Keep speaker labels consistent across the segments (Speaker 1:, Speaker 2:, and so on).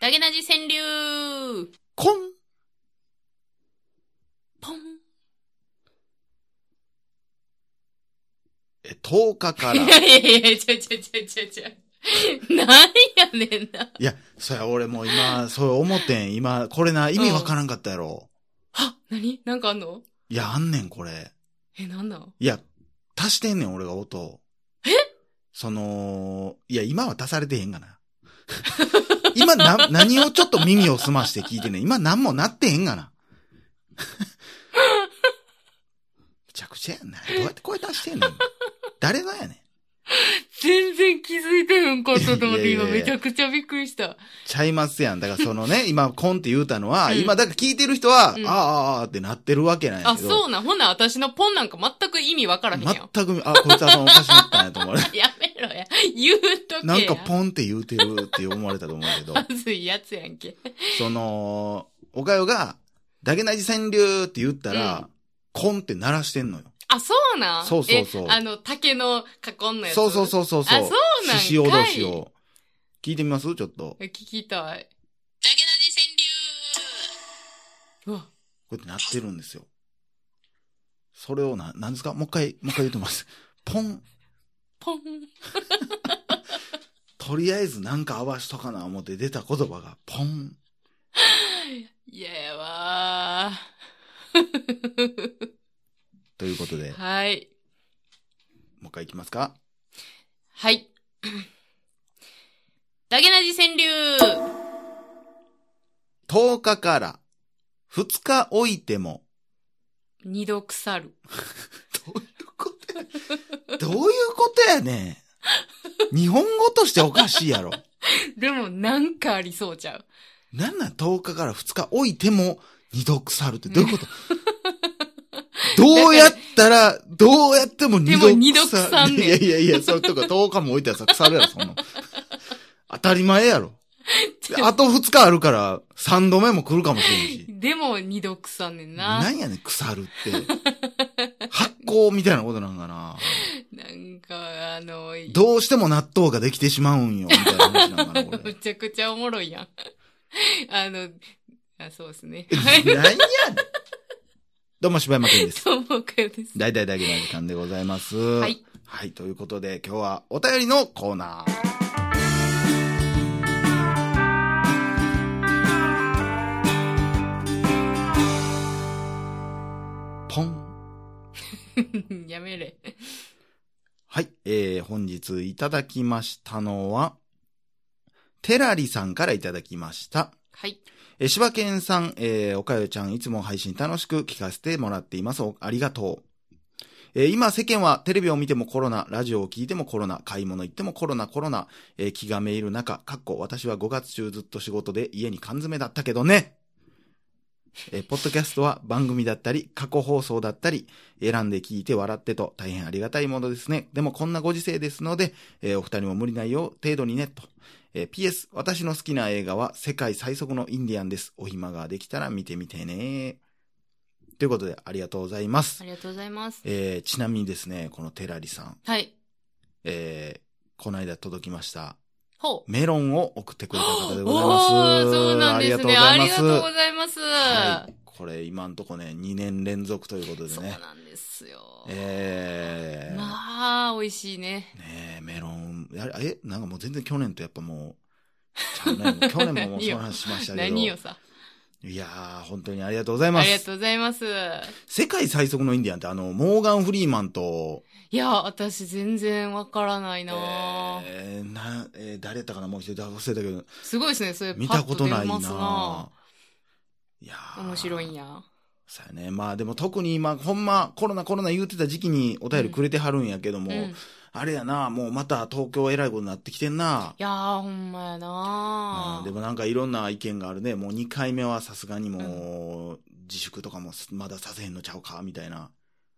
Speaker 1: ダゲナジ川柳
Speaker 2: コン
Speaker 1: ポン
Speaker 2: え、10日か
Speaker 1: い
Speaker 2: ら。
Speaker 1: やいやいや、ちょちょちょちょち ょ。なんやねんな。
Speaker 2: いや、そや、俺もう今、そう思ってん。今、これな、意味わからんかったやろ。
Speaker 1: は何なんかあんの
Speaker 2: いや、あんねん、これ。
Speaker 1: え、なんなん
Speaker 2: いや、足してんねん、俺が音。えその、いや、今は足されてへんがな。 今、な、何をちょっと耳を澄まして聞いてんねん。今、何もなってへんがな。 めちゃくちゃやんな。どうやって声出してんねん。誰のやねん。
Speaker 1: 全然気づいてへんかったと思って、
Speaker 2: いやいやいや
Speaker 1: 今めちゃくちゃびっくりした。
Speaker 2: ちゃいますやん。だからその ね、今、コンって言うたのは、
Speaker 1: うん
Speaker 2: 今、だから聞いてる人は、
Speaker 1: うん
Speaker 2: ああ、ああってなってるわけなんや
Speaker 1: あ、
Speaker 2: けど。
Speaker 1: そうなん。ほな、私のポンなんか全く意味わからへんやん。
Speaker 2: 全く、あ、こいつ頭おかしなったんや と思われ
Speaker 1: やめろや。言うとけや。
Speaker 2: なんかポンって言うてるって思われたと思う けど、
Speaker 1: まずいやつやんけ。
Speaker 2: その、おかよが、だけなじ川柳って言ったら、コンって鳴らしてんのよ。
Speaker 1: あ、そうなん
Speaker 2: そうそうそう
Speaker 1: えあの、竹の囲んのやつ。
Speaker 2: そうそうそうそう。
Speaker 1: あそうなんかい
Speaker 2: 獅子おどしを。聞いてみますちょっと。
Speaker 1: 聞きたい。だけなじ川柳うわ、
Speaker 2: こうやって鳴ってるんですよ。それをな、なんですかもう一回、もう一回言ってます。ポン。
Speaker 1: ポン。
Speaker 2: とりあえずなんか合わしとかな思って出た言葉が、ポン。
Speaker 1: いややわ
Speaker 2: ということで、
Speaker 1: ー。
Speaker 2: も
Speaker 1: はい。
Speaker 2: う一回いきますか
Speaker 1: はい。 ダゲナジ川柳
Speaker 2: ?10 日から2日置いても、
Speaker 1: 二度腐 る。
Speaker 2: どういうことや、どういうことやねん。日本語としておかしいやろ。
Speaker 1: でも、なんかありそうちゃう。
Speaker 2: なんなん ?10 日から2日置いても、二度腐るってどういうこと どうやったら、どうやっても二度
Speaker 1: でも二度腐んねん
Speaker 2: いやいやいや、それとか10日も置いたらさ、腐るやろ、そん な。当たり前やろ。あと2日あるから、3度目も来るかもしれんし。
Speaker 1: でも、二度腐んねんな。
Speaker 2: なんやねん、腐るって。発酵みたいなことなんかな。
Speaker 1: なんか、あの、
Speaker 2: どうしても納豆ができてしまうんよ、みたいな話なんかな、こ
Speaker 1: む
Speaker 2: れ。
Speaker 1: ちゃくちゃおもろいやん。 あの、あそうですね。
Speaker 2: なんやねん。どうも、柴山健です。
Speaker 1: そう思うからです。
Speaker 2: 大体だけの時間でございます。
Speaker 1: い
Speaker 2: はい、ということで今日はお便りのコーナー。ポン。
Speaker 1: やめれ。
Speaker 2: はい、えー、本日いただきましたのは、テラリさんからいただきました。
Speaker 1: はい。
Speaker 2: えー、柴犬さん、えー、おかよちゃん、いつも配信楽しく聞かせてもらっています。おありがとう。えー、今世間はテレビを見てもコロナ、ラジオを聞いてもコロナ、買い物行ってもコロナ、コロナ、えー気がめいる中、かっこ私は5月中ずっと仕事で家に缶詰だったけどね。えーポッドキャストは番組だったり、過去放送だったり、選んで聞いて笑ってと大変ありがたいものですね。でもこんなご時世ですので、えーお二人も無理ないよう程度にね、と。えー PS、私の好きな映画は世界最速のインディアンです。お暇ができたら見てみてね。ということで、ありがとうございます
Speaker 1: あ。りがとうございます。
Speaker 2: えーちなみにですね、このテラリさん、
Speaker 1: はい。
Speaker 2: えーこの間届きました、
Speaker 1: ほう。
Speaker 2: メロンを送ってくれた方で
Speaker 1: お
Speaker 2: ございます。
Speaker 1: ー、そうなんですね。ありがとうご
Speaker 2: す。
Speaker 1: ざいます。
Speaker 2: はい、これ今んとこね、2年連続ということで
Speaker 1: そう
Speaker 2: ね。
Speaker 1: なんですよ。
Speaker 2: えー、
Speaker 1: まあ、美味しいね。
Speaker 2: ねえ、メロン、あれ、え、なんかもう全然去年とやっぱもう、ちゃう ね去年ももうその話しましたけど。
Speaker 1: 何よさ。
Speaker 2: いやー、本当にありがとうございま
Speaker 1: ありが
Speaker 2: す。
Speaker 1: とうございます。
Speaker 2: 世界最速のインディアンってあの、モーガン・フリーマンと、
Speaker 1: いや、私全然わからないな、
Speaker 2: えー、な、えー誰やったかなもう一人忘れたけど、
Speaker 1: すごいですね、それ
Speaker 2: 見たことない
Speaker 1: パッ出
Speaker 2: な
Speaker 1: ますない
Speaker 2: やー
Speaker 1: 面白いんや。
Speaker 2: そうやね。まあでも特に今、ほんまコロナコロナ言うてた時期にお便りくれてはるんやけども、
Speaker 1: うん、い
Speaker 2: あれやな、もうまた東京えらいことになってきてんな。
Speaker 1: やー、ほんまやな、
Speaker 2: うんでもなんかいろんな意見があるね。もう2回目はさすがにもう、自粛とかもまださせへんのちゃうか、みたいな。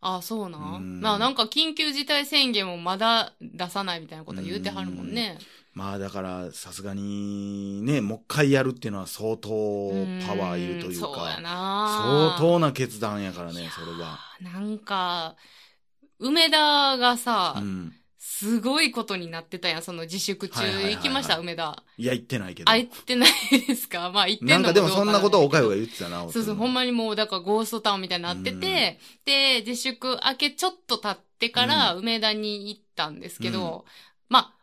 Speaker 1: あ、そうな
Speaker 2: うん
Speaker 1: ん。まあなんか緊急事態宣言もまだ出さないみたいなこと言うてはるもんね。
Speaker 2: まあだから、さすがに、ね、もう一回やるっていうのは相当パワーいるという
Speaker 1: うんそうや
Speaker 2: か、
Speaker 1: な
Speaker 2: 相当な決断やからね、それは。
Speaker 1: なんか、梅田がさ、
Speaker 2: うん。
Speaker 1: すごいことになってたやん、その自粛中。
Speaker 2: はいはいはいはい
Speaker 1: 行きました、梅田。
Speaker 2: いや、言ってないけど
Speaker 1: あ、。行ってないですか まあ行ってんの
Speaker 2: なんかでも
Speaker 1: どう
Speaker 2: そんなことを岡山が言ってたな、
Speaker 1: そうそう、ほん
Speaker 2: ま
Speaker 1: まにもう、だからゴーストタウンみたいになって
Speaker 2: うん
Speaker 1: て、で、自粛明けちょっと経ってから、梅田に行ったんですけど、まあ、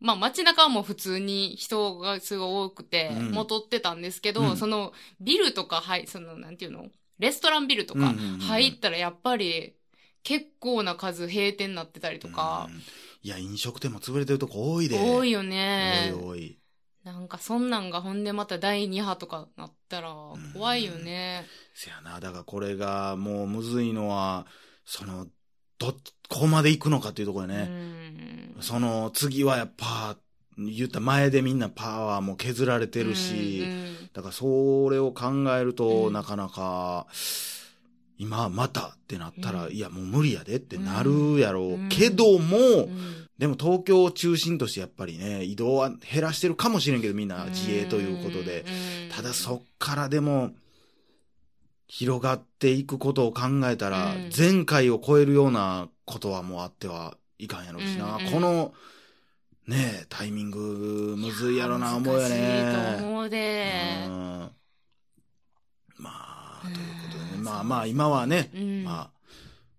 Speaker 1: まあ街中はもう普通に人がすごい多くて
Speaker 2: うん、
Speaker 1: 戻ってたんですけど、
Speaker 2: うん
Speaker 1: そのビルとか、はい、その、なんていうのレストランビルと
Speaker 2: うんう
Speaker 1: か
Speaker 2: んうんうん
Speaker 1: 入ったらやっぱり結構な数閉店になってたりとか、。
Speaker 2: うんいや、飲食店も潰れてるとこ多いで。
Speaker 1: 多いよ
Speaker 2: 多い
Speaker 1: ね。
Speaker 2: 多い。
Speaker 1: なんかそんなんがほんでまた第2波とかなったら怖いよね。
Speaker 2: せやな、だからこれがもうむずいのは、その、どこまで行くのかっていうところ
Speaker 1: う
Speaker 2: やね。
Speaker 1: ん
Speaker 2: その、次はやっぱ、言った前でみんなパワーも削られてるし、
Speaker 1: うんうん
Speaker 2: だからそれを考えると、
Speaker 1: うん
Speaker 2: なかなか、今またってなったら、
Speaker 1: うん
Speaker 2: いやもう無理やでってなるやろう、
Speaker 1: うん
Speaker 2: けども、
Speaker 1: うん
Speaker 2: でも東京を中心としてやっぱりね、移動は減らしてるかもしれんけど、みんな自衛ということで。、
Speaker 1: うん
Speaker 2: ただそっからでも、広がっていくことを考えたら、
Speaker 1: うん
Speaker 2: 前回を超えるようなことはもうあってはいかんやろうしな。
Speaker 1: うんうん
Speaker 2: この、ねえ、タイミング、むずいやろな、思うよ
Speaker 1: 難しいと
Speaker 2: ね。
Speaker 1: 思う
Speaker 2: う
Speaker 1: で。
Speaker 2: んまあ、ということでね。
Speaker 1: うん
Speaker 2: まあまあ、今はね、
Speaker 1: うん
Speaker 2: まあ、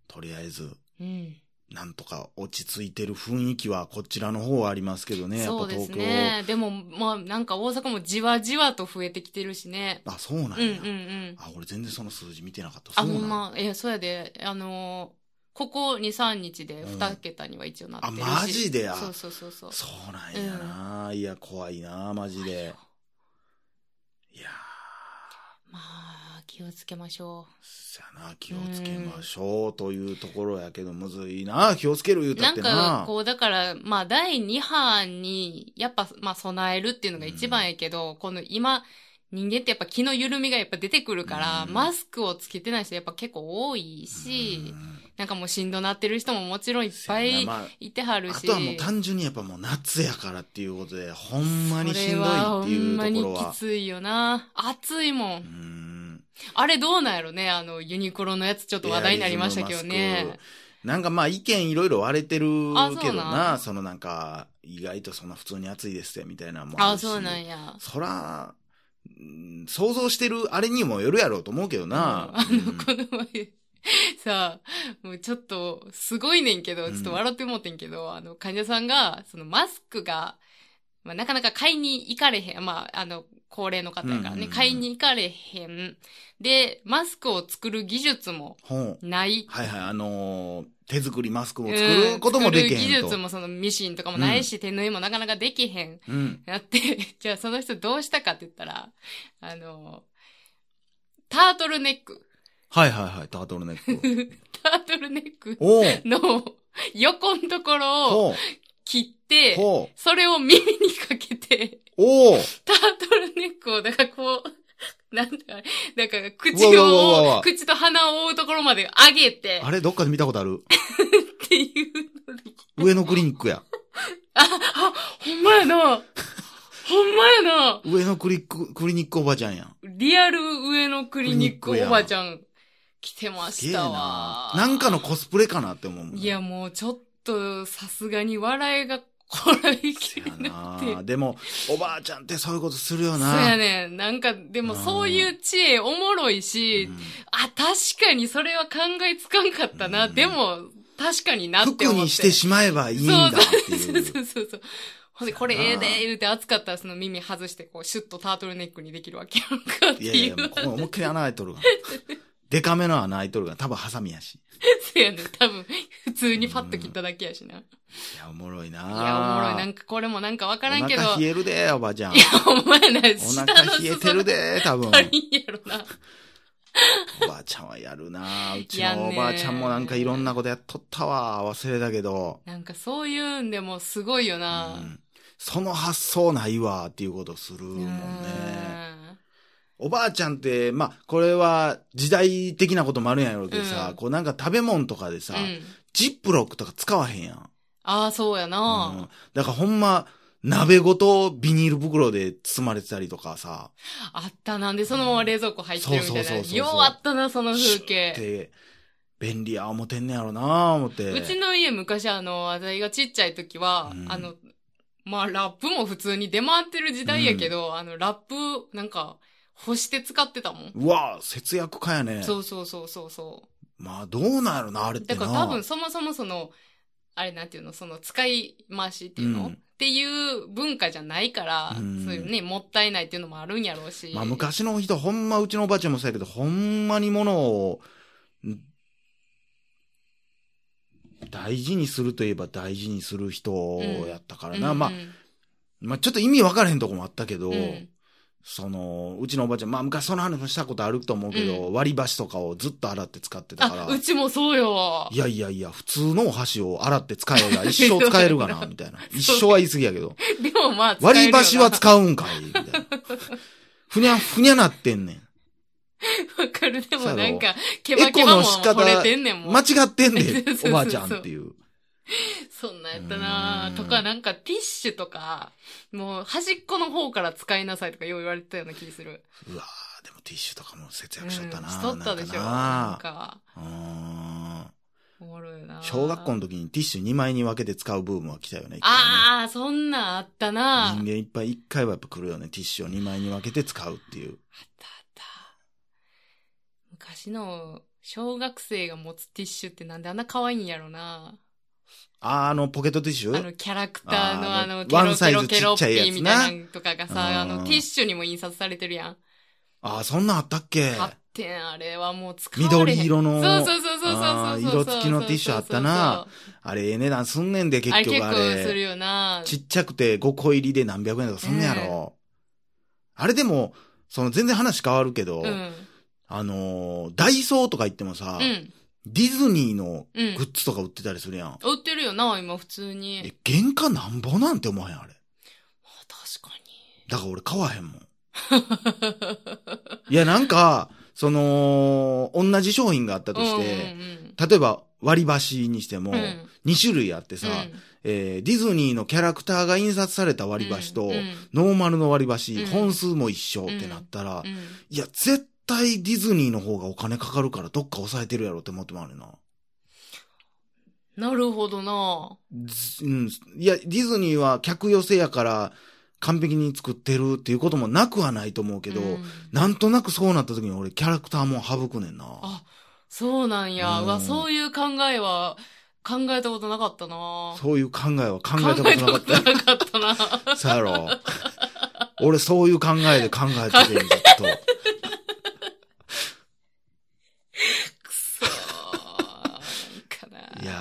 Speaker 2: とりあえず、
Speaker 1: うん
Speaker 2: なんとか落ち着いてる雰囲気はこちらの方はありますけどね、やっ
Speaker 1: そ
Speaker 2: ぱ
Speaker 1: うで
Speaker 2: 東
Speaker 1: す
Speaker 2: 京。
Speaker 1: ね。でも、まあ、なんか大阪もじわじわと増えてきてるしね。
Speaker 2: あ、そうなん
Speaker 1: うんうん
Speaker 2: や。
Speaker 1: うん。
Speaker 2: あ、俺全然その数字見てなかった。
Speaker 1: あ、
Speaker 2: そう
Speaker 1: ほん
Speaker 2: なんや
Speaker 1: ま、いや、そうやで、あのーここ2、3日で2桁には一応なってるし。
Speaker 2: あマジでや
Speaker 1: そうそうそうそう。
Speaker 2: そうなんやな、いや、怖いなマジで。いやー、
Speaker 1: まあ、気をつけましょ
Speaker 2: さな、気をつけましょうというところやけど、むずいな気をつける言う
Speaker 1: う。
Speaker 2: た
Speaker 1: な
Speaker 2: っ
Speaker 1: ん
Speaker 2: てな
Speaker 1: か、こう、だから、まあ、第2波に、やっぱ、まあ、備えるっていうのが一番やけど、この今、人間ってやっぱ気の緩みがやっぱ出てくるから、
Speaker 2: うん
Speaker 1: マスクをつけてない人やっぱ結構多いし、なんかもうしんどなってる人ももちろんいっぱ
Speaker 2: うん
Speaker 1: い
Speaker 2: まあ
Speaker 1: いてはる
Speaker 2: あ
Speaker 1: し。
Speaker 2: とはもう単純にやっぱもう夏やからっていうことで、ほんまにしんどい
Speaker 1: そ
Speaker 2: ってい
Speaker 1: れはほん
Speaker 2: う
Speaker 1: ま
Speaker 2: とこ
Speaker 1: に
Speaker 2: ろは
Speaker 1: き。ついよな。暑いも。
Speaker 2: うんん
Speaker 1: あれどうなんやろねあの、ユニクロのやつちょっと話題になりましたけど
Speaker 2: エアリズムマ
Speaker 1: ね
Speaker 2: ス。クなんかまあ意見いろいろ割れてる
Speaker 1: あそ
Speaker 2: け
Speaker 1: う
Speaker 2: ど
Speaker 1: な
Speaker 2: な、そのなんか、意外とそんな普通に暑いですよみたいなのも
Speaker 1: あ
Speaker 2: るし
Speaker 1: そうなんや。
Speaker 2: そら、うん想像してるあれにもよるやろうと思うけど
Speaker 1: う
Speaker 2: な。
Speaker 1: んあ
Speaker 2: うん
Speaker 1: の、この前、さあ、もうちょっと、すごいねんけど、
Speaker 2: うん
Speaker 1: ちょっと笑ってもうてんけど、あの、患者さんが、そのマスクが、まあ、なかなか買いに行かれへん。まあ、あの、高齢の方やから
Speaker 2: うんうん
Speaker 1: ね、
Speaker 2: うん
Speaker 1: 買いに行かれへん。で、マスクを作る技術も
Speaker 2: ほん
Speaker 1: ない。
Speaker 2: はいはい、あのー手作りマスクを作
Speaker 1: う
Speaker 2: る
Speaker 1: ん
Speaker 2: こともでき
Speaker 1: 作る
Speaker 2: へ
Speaker 1: 技
Speaker 2: んと。
Speaker 1: 術もそのミシンとかもないし、手縫いもなかなかできへん。
Speaker 2: うん。
Speaker 1: なって、 じゃあその人どうしたかって言ったら、あの、タートルネック。
Speaker 2: はいはいはい、タートルネック。
Speaker 1: タートルネック
Speaker 2: おう
Speaker 1: の横のところを
Speaker 2: ほう
Speaker 1: 切って、
Speaker 2: ほう
Speaker 1: それを耳にかけて、
Speaker 2: おう
Speaker 1: タートルネックを、だからこう、 なんだか、だから口
Speaker 2: うわうわうわうわ
Speaker 1: を、口と鼻を覆うところまで上げて、
Speaker 2: あれどっかで見たことある
Speaker 1: っていうので、
Speaker 2: 上野クリニックや。
Speaker 1: あ、あ、ほんまやな。ほんまやな。
Speaker 2: 上野クリック、クリニックおばちゃんやん。
Speaker 1: リアル上のクリニック
Speaker 2: クリニックや
Speaker 1: おばちゃん来てま
Speaker 2: すげ
Speaker 1: し
Speaker 2: え
Speaker 1: た
Speaker 2: な
Speaker 1: わ。。
Speaker 2: なんかのコスプレかなって思うもんね。
Speaker 1: いや、もうちょっと、さすがに笑いがこらえき
Speaker 2: せ
Speaker 1: れ
Speaker 2: や
Speaker 1: なくて。
Speaker 2: な。でも、おばあちゃんってそういうことするよな。
Speaker 1: そうやねん。なんか、でもそういう知恵おもろいし、
Speaker 2: うん
Speaker 1: あ、確かにそれは考えつかんかったな。
Speaker 2: うん
Speaker 1: でも、確かになって思って。
Speaker 2: 服にしてしまえばいいんだって
Speaker 1: そ
Speaker 2: いうう。
Speaker 1: そうそうそう。ほんで、これええで、言うて暑かったらその耳外して、こう、シュッとタートルネックにできるわけやんかって
Speaker 2: いやい
Speaker 1: い
Speaker 2: や、もう
Speaker 1: う。
Speaker 2: ここ思いっきり穴開いとるが。デカめの穴開いとるが、多分ハサミやし。
Speaker 1: そうやねん。多分、普通にパッと切っただけやしな。い
Speaker 2: いや、おもろいな
Speaker 1: や、おもろい。な
Speaker 2: か
Speaker 1: んか、これもなんかわからんけど
Speaker 2: お。腹冷えるで、おばちゃん
Speaker 1: い。や、お前な、
Speaker 2: お
Speaker 1: 下
Speaker 2: 腹
Speaker 1: の
Speaker 2: 冷え てるで、多分。
Speaker 1: 足りんやろな。
Speaker 2: おばあちゃんはやるなうち
Speaker 1: やんね
Speaker 2: のおばあちゃんもなんかいろんなことやっとったわ。忘れたけど。
Speaker 1: なんかそういうんでもすごいよ
Speaker 2: う
Speaker 1: な。
Speaker 2: んその発想ないわ、っていうことする
Speaker 1: う
Speaker 2: も
Speaker 1: ん
Speaker 2: んね。おばあちゃんって、まあ、これは時代的なこともあるんやろうけどさ、
Speaker 1: うん
Speaker 2: こうなんか食べ物とかでさ、
Speaker 1: うん
Speaker 2: ジップロックとか使わへんやん。
Speaker 1: ああ、そうや
Speaker 2: うん
Speaker 1: な。
Speaker 2: だからほんま、鍋ごとビニール袋で包まれてたりとかさ。
Speaker 1: あったなんで、そのまま冷蔵庫入ってるみたい
Speaker 2: そうそうそうそう
Speaker 1: な。ようあったな、その風
Speaker 2: シュッ
Speaker 1: 景。
Speaker 2: て便利や思てんねやろな思って。
Speaker 1: うちの家昔あの、私がちっちゃい時は、
Speaker 2: うん
Speaker 1: あの、まあラップも普通に出回ってる時代やけど、あの、ラップ、なんか、干して使ってたもん。
Speaker 2: うわ節約家やね。
Speaker 1: そうそうそうそうそ
Speaker 2: まあ、どうなんやろな、あれっ
Speaker 1: う。
Speaker 2: て
Speaker 1: だ
Speaker 2: な。
Speaker 1: から多分そもそもその、あれなんていうの、その使い回しっていうの、
Speaker 2: うん
Speaker 1: っていう文化じゃないから、
Speaker 2: うん
Speaker 1: そういうね、もったいないっていうのもあるんやろうし。
Speaker 2: まあ、昔の人、ほんま、うちのおばあちゃんもそうやけど、ほんまに物を、ん大事にするといえば大事にする人やったからな。まあ
Speaker 1: うん、
Speaker 2: まあ、ちょっと意味分からへんとこもあったけど、
Speaker 1: うんうん
Speaker 2: その、うちのおばあちゃん、まあ、昔その話もしたことあると思うけど、
Speaker 1: う
Speaker 2: 割り箸とかをずっと洗って使ってたから
Speaker 1: あ、、うちもそうよ。
Speaker 2: いやいやいや、普通のお箸を洗って使えば一生使えるかな、みた いな。一生は言い過ぎやけど。
Speaker 1: でもまあ使える
Speaker 2: 割
Speaker 1: よ
Speaker 2: り
Speaker 1: な
Speaker 2: 箸は使うんかいみたいな。ふにゃ、ふにゃなってんねん。
Speaker 1: わかる。でも
Speaker 2: そう
Speaker 1: な
Speaker 2: や
Speaker 1: ん
Speaker 2: ろ
Speaker 1: か、ケバケバも惚れてんねんもん。
Speaker 2: 間違ってんね
Speaker 1: そうそうそ
Speaker 2: ん、
Speaker 1: う
Speaker 2: おばあちゃんっていう。
Speaker 1: そんなんやったな
Speaker 2: うん
Speaker 1: とか、なんかティッシュとか、もう端っこの方から使いなさいとかよう言われてたような気する。
Speaker 2: うわーでもティッシュとかも節約しとったな、
Speaker 1: うん、しとったでしょ。なん
Speaker 2: な
Speaker 1: か、
Speaker 2: んかな
Speaker 1: おもろいよ
Speaker 2: う
Speaker 1: なん
Speaker 2: 小学校の時にティッシュ2枚に分けて使うブームは来たよね。一回ね
Speaker 1: ああ、そんなんあったなあ
Speaker 2: 人間いっぱい、1回はやっぱ来るよね。ティッシュを2枚に分けて使うっていう。
Speaker 1: ったあった。昔の小学生が持つティッシュってなんであんな可愛いんやろな
Speaker 2: あー、あの、ポケットティッシ
Speaker 1: あ
Speaker 2: ュ
Speaker 1: のキャラクターの
Speaker 2: あー
Speaker 1: あの、ケ
Speaker 2: ワ
Speaker 1: ロ
Speaker 2: ンサ
Speaker 1: ケ
Speaker 2: イ
Speaker 1: ロ
Speaker 2: ズ
Speaker 1: ケ
Speaker 2: ち
Speaker 1: ロ
Speaker 2: っ
Speaker 1: ッ
Speaker 2: ちゃいやつな
Speaker 1: ピーみたいなのとかがさ、あ
Speaker 2: う
Speaker 1: の、
Speaker 2: ん
Speaker 1: ティッシュにも印刷されてるやん。
Speaker 2: あー、そんなんあったっけ
Speaker 1: あってん、あれはもう使われへん
Speaker 2: 緑色の、
Speaker 1: そうそうそうそうそう
Speaker 2: あ
Speaker 1: そう
Speaker 2: ー色付きのティッシュあったな。あれ、ええ値段すんねんで、結
Speaker 1: あれ
Speaker 2: 局
Speaker 1: 結
Speaker 2: あ
Speaker 1: 構
Speaker 2: れ。
Speaker 1: するよな。
Speaker 2: ちっちゃくて5個入りで何百円とかそんねやろ。あれでも、その全然話変わるけど、
Speaker 1: うん。
Speaker 2: あのーダイソーとか行ってもさ、
Speaker 1: うん。
Speaker 2: ディズニーの
Speaker 1: うん
Speaker 2: グ。ッズとか売ってたりするやん。
Speaker 1: 売ってるよな、今普通に
Speaker 2: え。、原価なんぼなんて思わへん、あれ。
Speaker 1: あ確か
Speaker 2: だから俺買わへ んもん。
Speaker 1: に。
Speaker 2: いや、なんか、その、同じ商品があったとして、
Speaker 1: うん
Speaker 2: 例えば割り箸にしても、
Speaker 1: うんうん。うん
Speaker 2: 2種類あってさ、
Speaker 1: うん
Speaker 2: えーディズニーのキャラクターが印刷された割り箸と、
Speaker 1: うん
Speaker 2: ノーマルの割り箸、
Speaker 1: うん
Speaker 2: 本数も一緒ってなったら
Speaker 1: う、ん
Speaker 2: いや、絶対ディズニーの方がお金かかるからどっか抑えてるやろって思ってもあるな。
Speaker 1: なるほどな。
Speaker 2: ずうん。いや、ディズニーは客寄せやから完璧に作ってるっていうこともなくはないと思うけど、
Speaker 1: うん
Speaker 2: なんとなくそうなった時に俺キャラクターも省くねんな。
Speaker 1: あ、そうなんや。
Speaker 2: うん
Speaker 1: うわ、そういう考えは考えたことなかったな。
Speaker 2: そういう考えは考えた
Speaker 1: 考えた
Speaker 2: こ
Speaker 1: こと
Speaker 2: な
Speaker 1: と
Speaker 2: かっ
Speaker 1: なかったな。
Speaker 2: た。そうやろ。俺そういう考えで考えてるんだと。
Speaker 1: くそー。なんかな。
Speaker 2: いや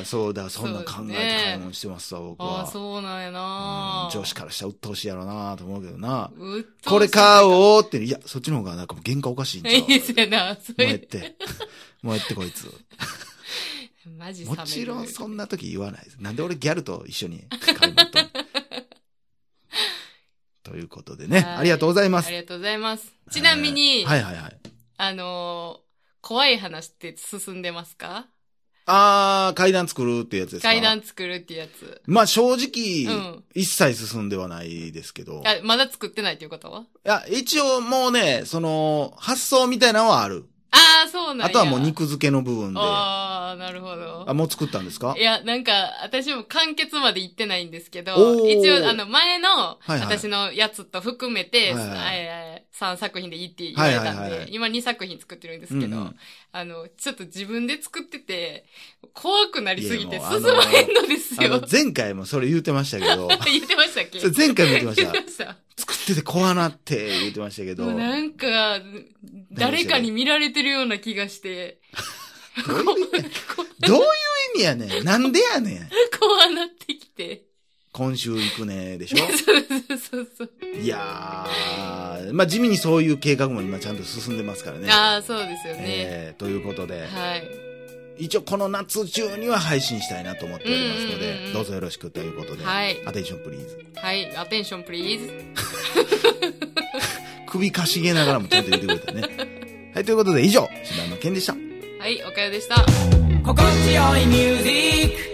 Speaker 2: ー、そうだ、そんな
Speaker 1: そ
Speaker 2: 考
Speaker 1: うですね
Speaker 2: えて買い物してますわ、僕
Speaker 1: あ
Speaker 2: は
Speaker 1: あ、。そうなんや
Speaker 2: う。
Speaker 1: なん
Speaker 2: 女子からしたら鬱陶しいやろなと思うけどな。
Speaker 1: うっとうしい
Speaker 2: これ買おうって、いや、そっちの方がなんか原価おかしいんち ゃ
Speaker 1: いういっすよな。そ
Speaker 2: 燃え
Speaker 1: れ、
Speaker 2: て。 燃えてこいつ。
Speaker 1: マジ冷
Speaker 2: も
Speaker 1: める
Speaker 2: ちろんそんな時言わないです。なんで俺ギャルと一緒に買 い物と。ということでね、
Speaker 1: はい
Speaker 2: ありがとうございま
Speaker 1: あ
Speaker 2: す。
Speaker 1: りがとうございます。ちなみに、
Speaker 2: えーはいはいはい。
Speaker 1: あのー怖い話って進んでますか
Speaker 2: あー、階段作るってやつですか
Speaker 1: 階。段作るってやつ。
Speaker 2: まあ正
Speaker 1: う
Speaker 2: 直、
Speaker 1: ん。
Speaker 2: 一切進んではないですけど。
Speaker 1: あ、まだ作ってないっていうことは
Speaker 2: あ一応もうね、その、発想みたいなのはある。
Speaker 1: ああ、そうなんや。
Speaker 2: あとはもう肉付けの部分で。あ、
Speaker 1: ああ、なるほど。
Speaker 2: もう作ったんですか
Speaker 1: いや、なんか、私も完結まで行ってないんですけど
Speaker 2: お、ー
Speaker 1: 一応、あの、前の、
Speaker 2: いはい
Speaker 1: 私のやつと含めて、
Speaker 2: はいはい
Speaker 1: えー3作品でいいって言われたんで、
Speaker 2: はいはいはい
Speaker 1: 今2作品作ってるんですけど、
Speaker 2: うんうん
Speaker 1: あの、ちょっと自分で作ってて、怖くなりすぎて
Speaker 2: いや
Speaker 1: 進
Speaker 2: もう
Speaker 1: まへんのです
Speaker 2: あ
Speaker 1: よ。
Speaker 2: の、前回もそれ言ってましたけ ど、
Speaker 1: 言ってましたっけ
Speaker 2: それ 前回も言ってまし
Speaker 1: 言っ
Speaker 2: た
Speaker 1: て。ました。
Speaker 2: 作ってて怖なって言ってましたけど
Speaker 1: もう。なんか、誰かに見られてるような気がして、
Speaker 2: どういうどういう意味やねんなんでやねん
Speaker 1: 怖なってきて。
Speaker 2: 今週行くねでし
Speaker 1: そう
Speaker 2: ょ
Speaker 1: そうそうそう。
Speaker 2: いやー、まあ地味にそういう計画も今ちゃんと進んでますからね。
Speaker 1: ああ、そうですよね。
Speaker 2: えー、ということで、
Speaker 1: はい。
Speaker 2: 一応この夏中には配信したいなと思っておりますの
Speaker 1: うんうんうんう
Speaker 2: で、
Speaker 1: ん
Speaker 2: どうぞよろしくということで、
Speaker 1: はい
Speaker 2: アテンションプリーズ。
Speaker 1: はい。アテンションプリーズ。
Speaker 2: 首かしげながらもちゃんと言ってくれたね。はい、ということで以上、島山健でした。
Speaker 1: はい、おかよでした。
Speaker 3: 心地よいミュージック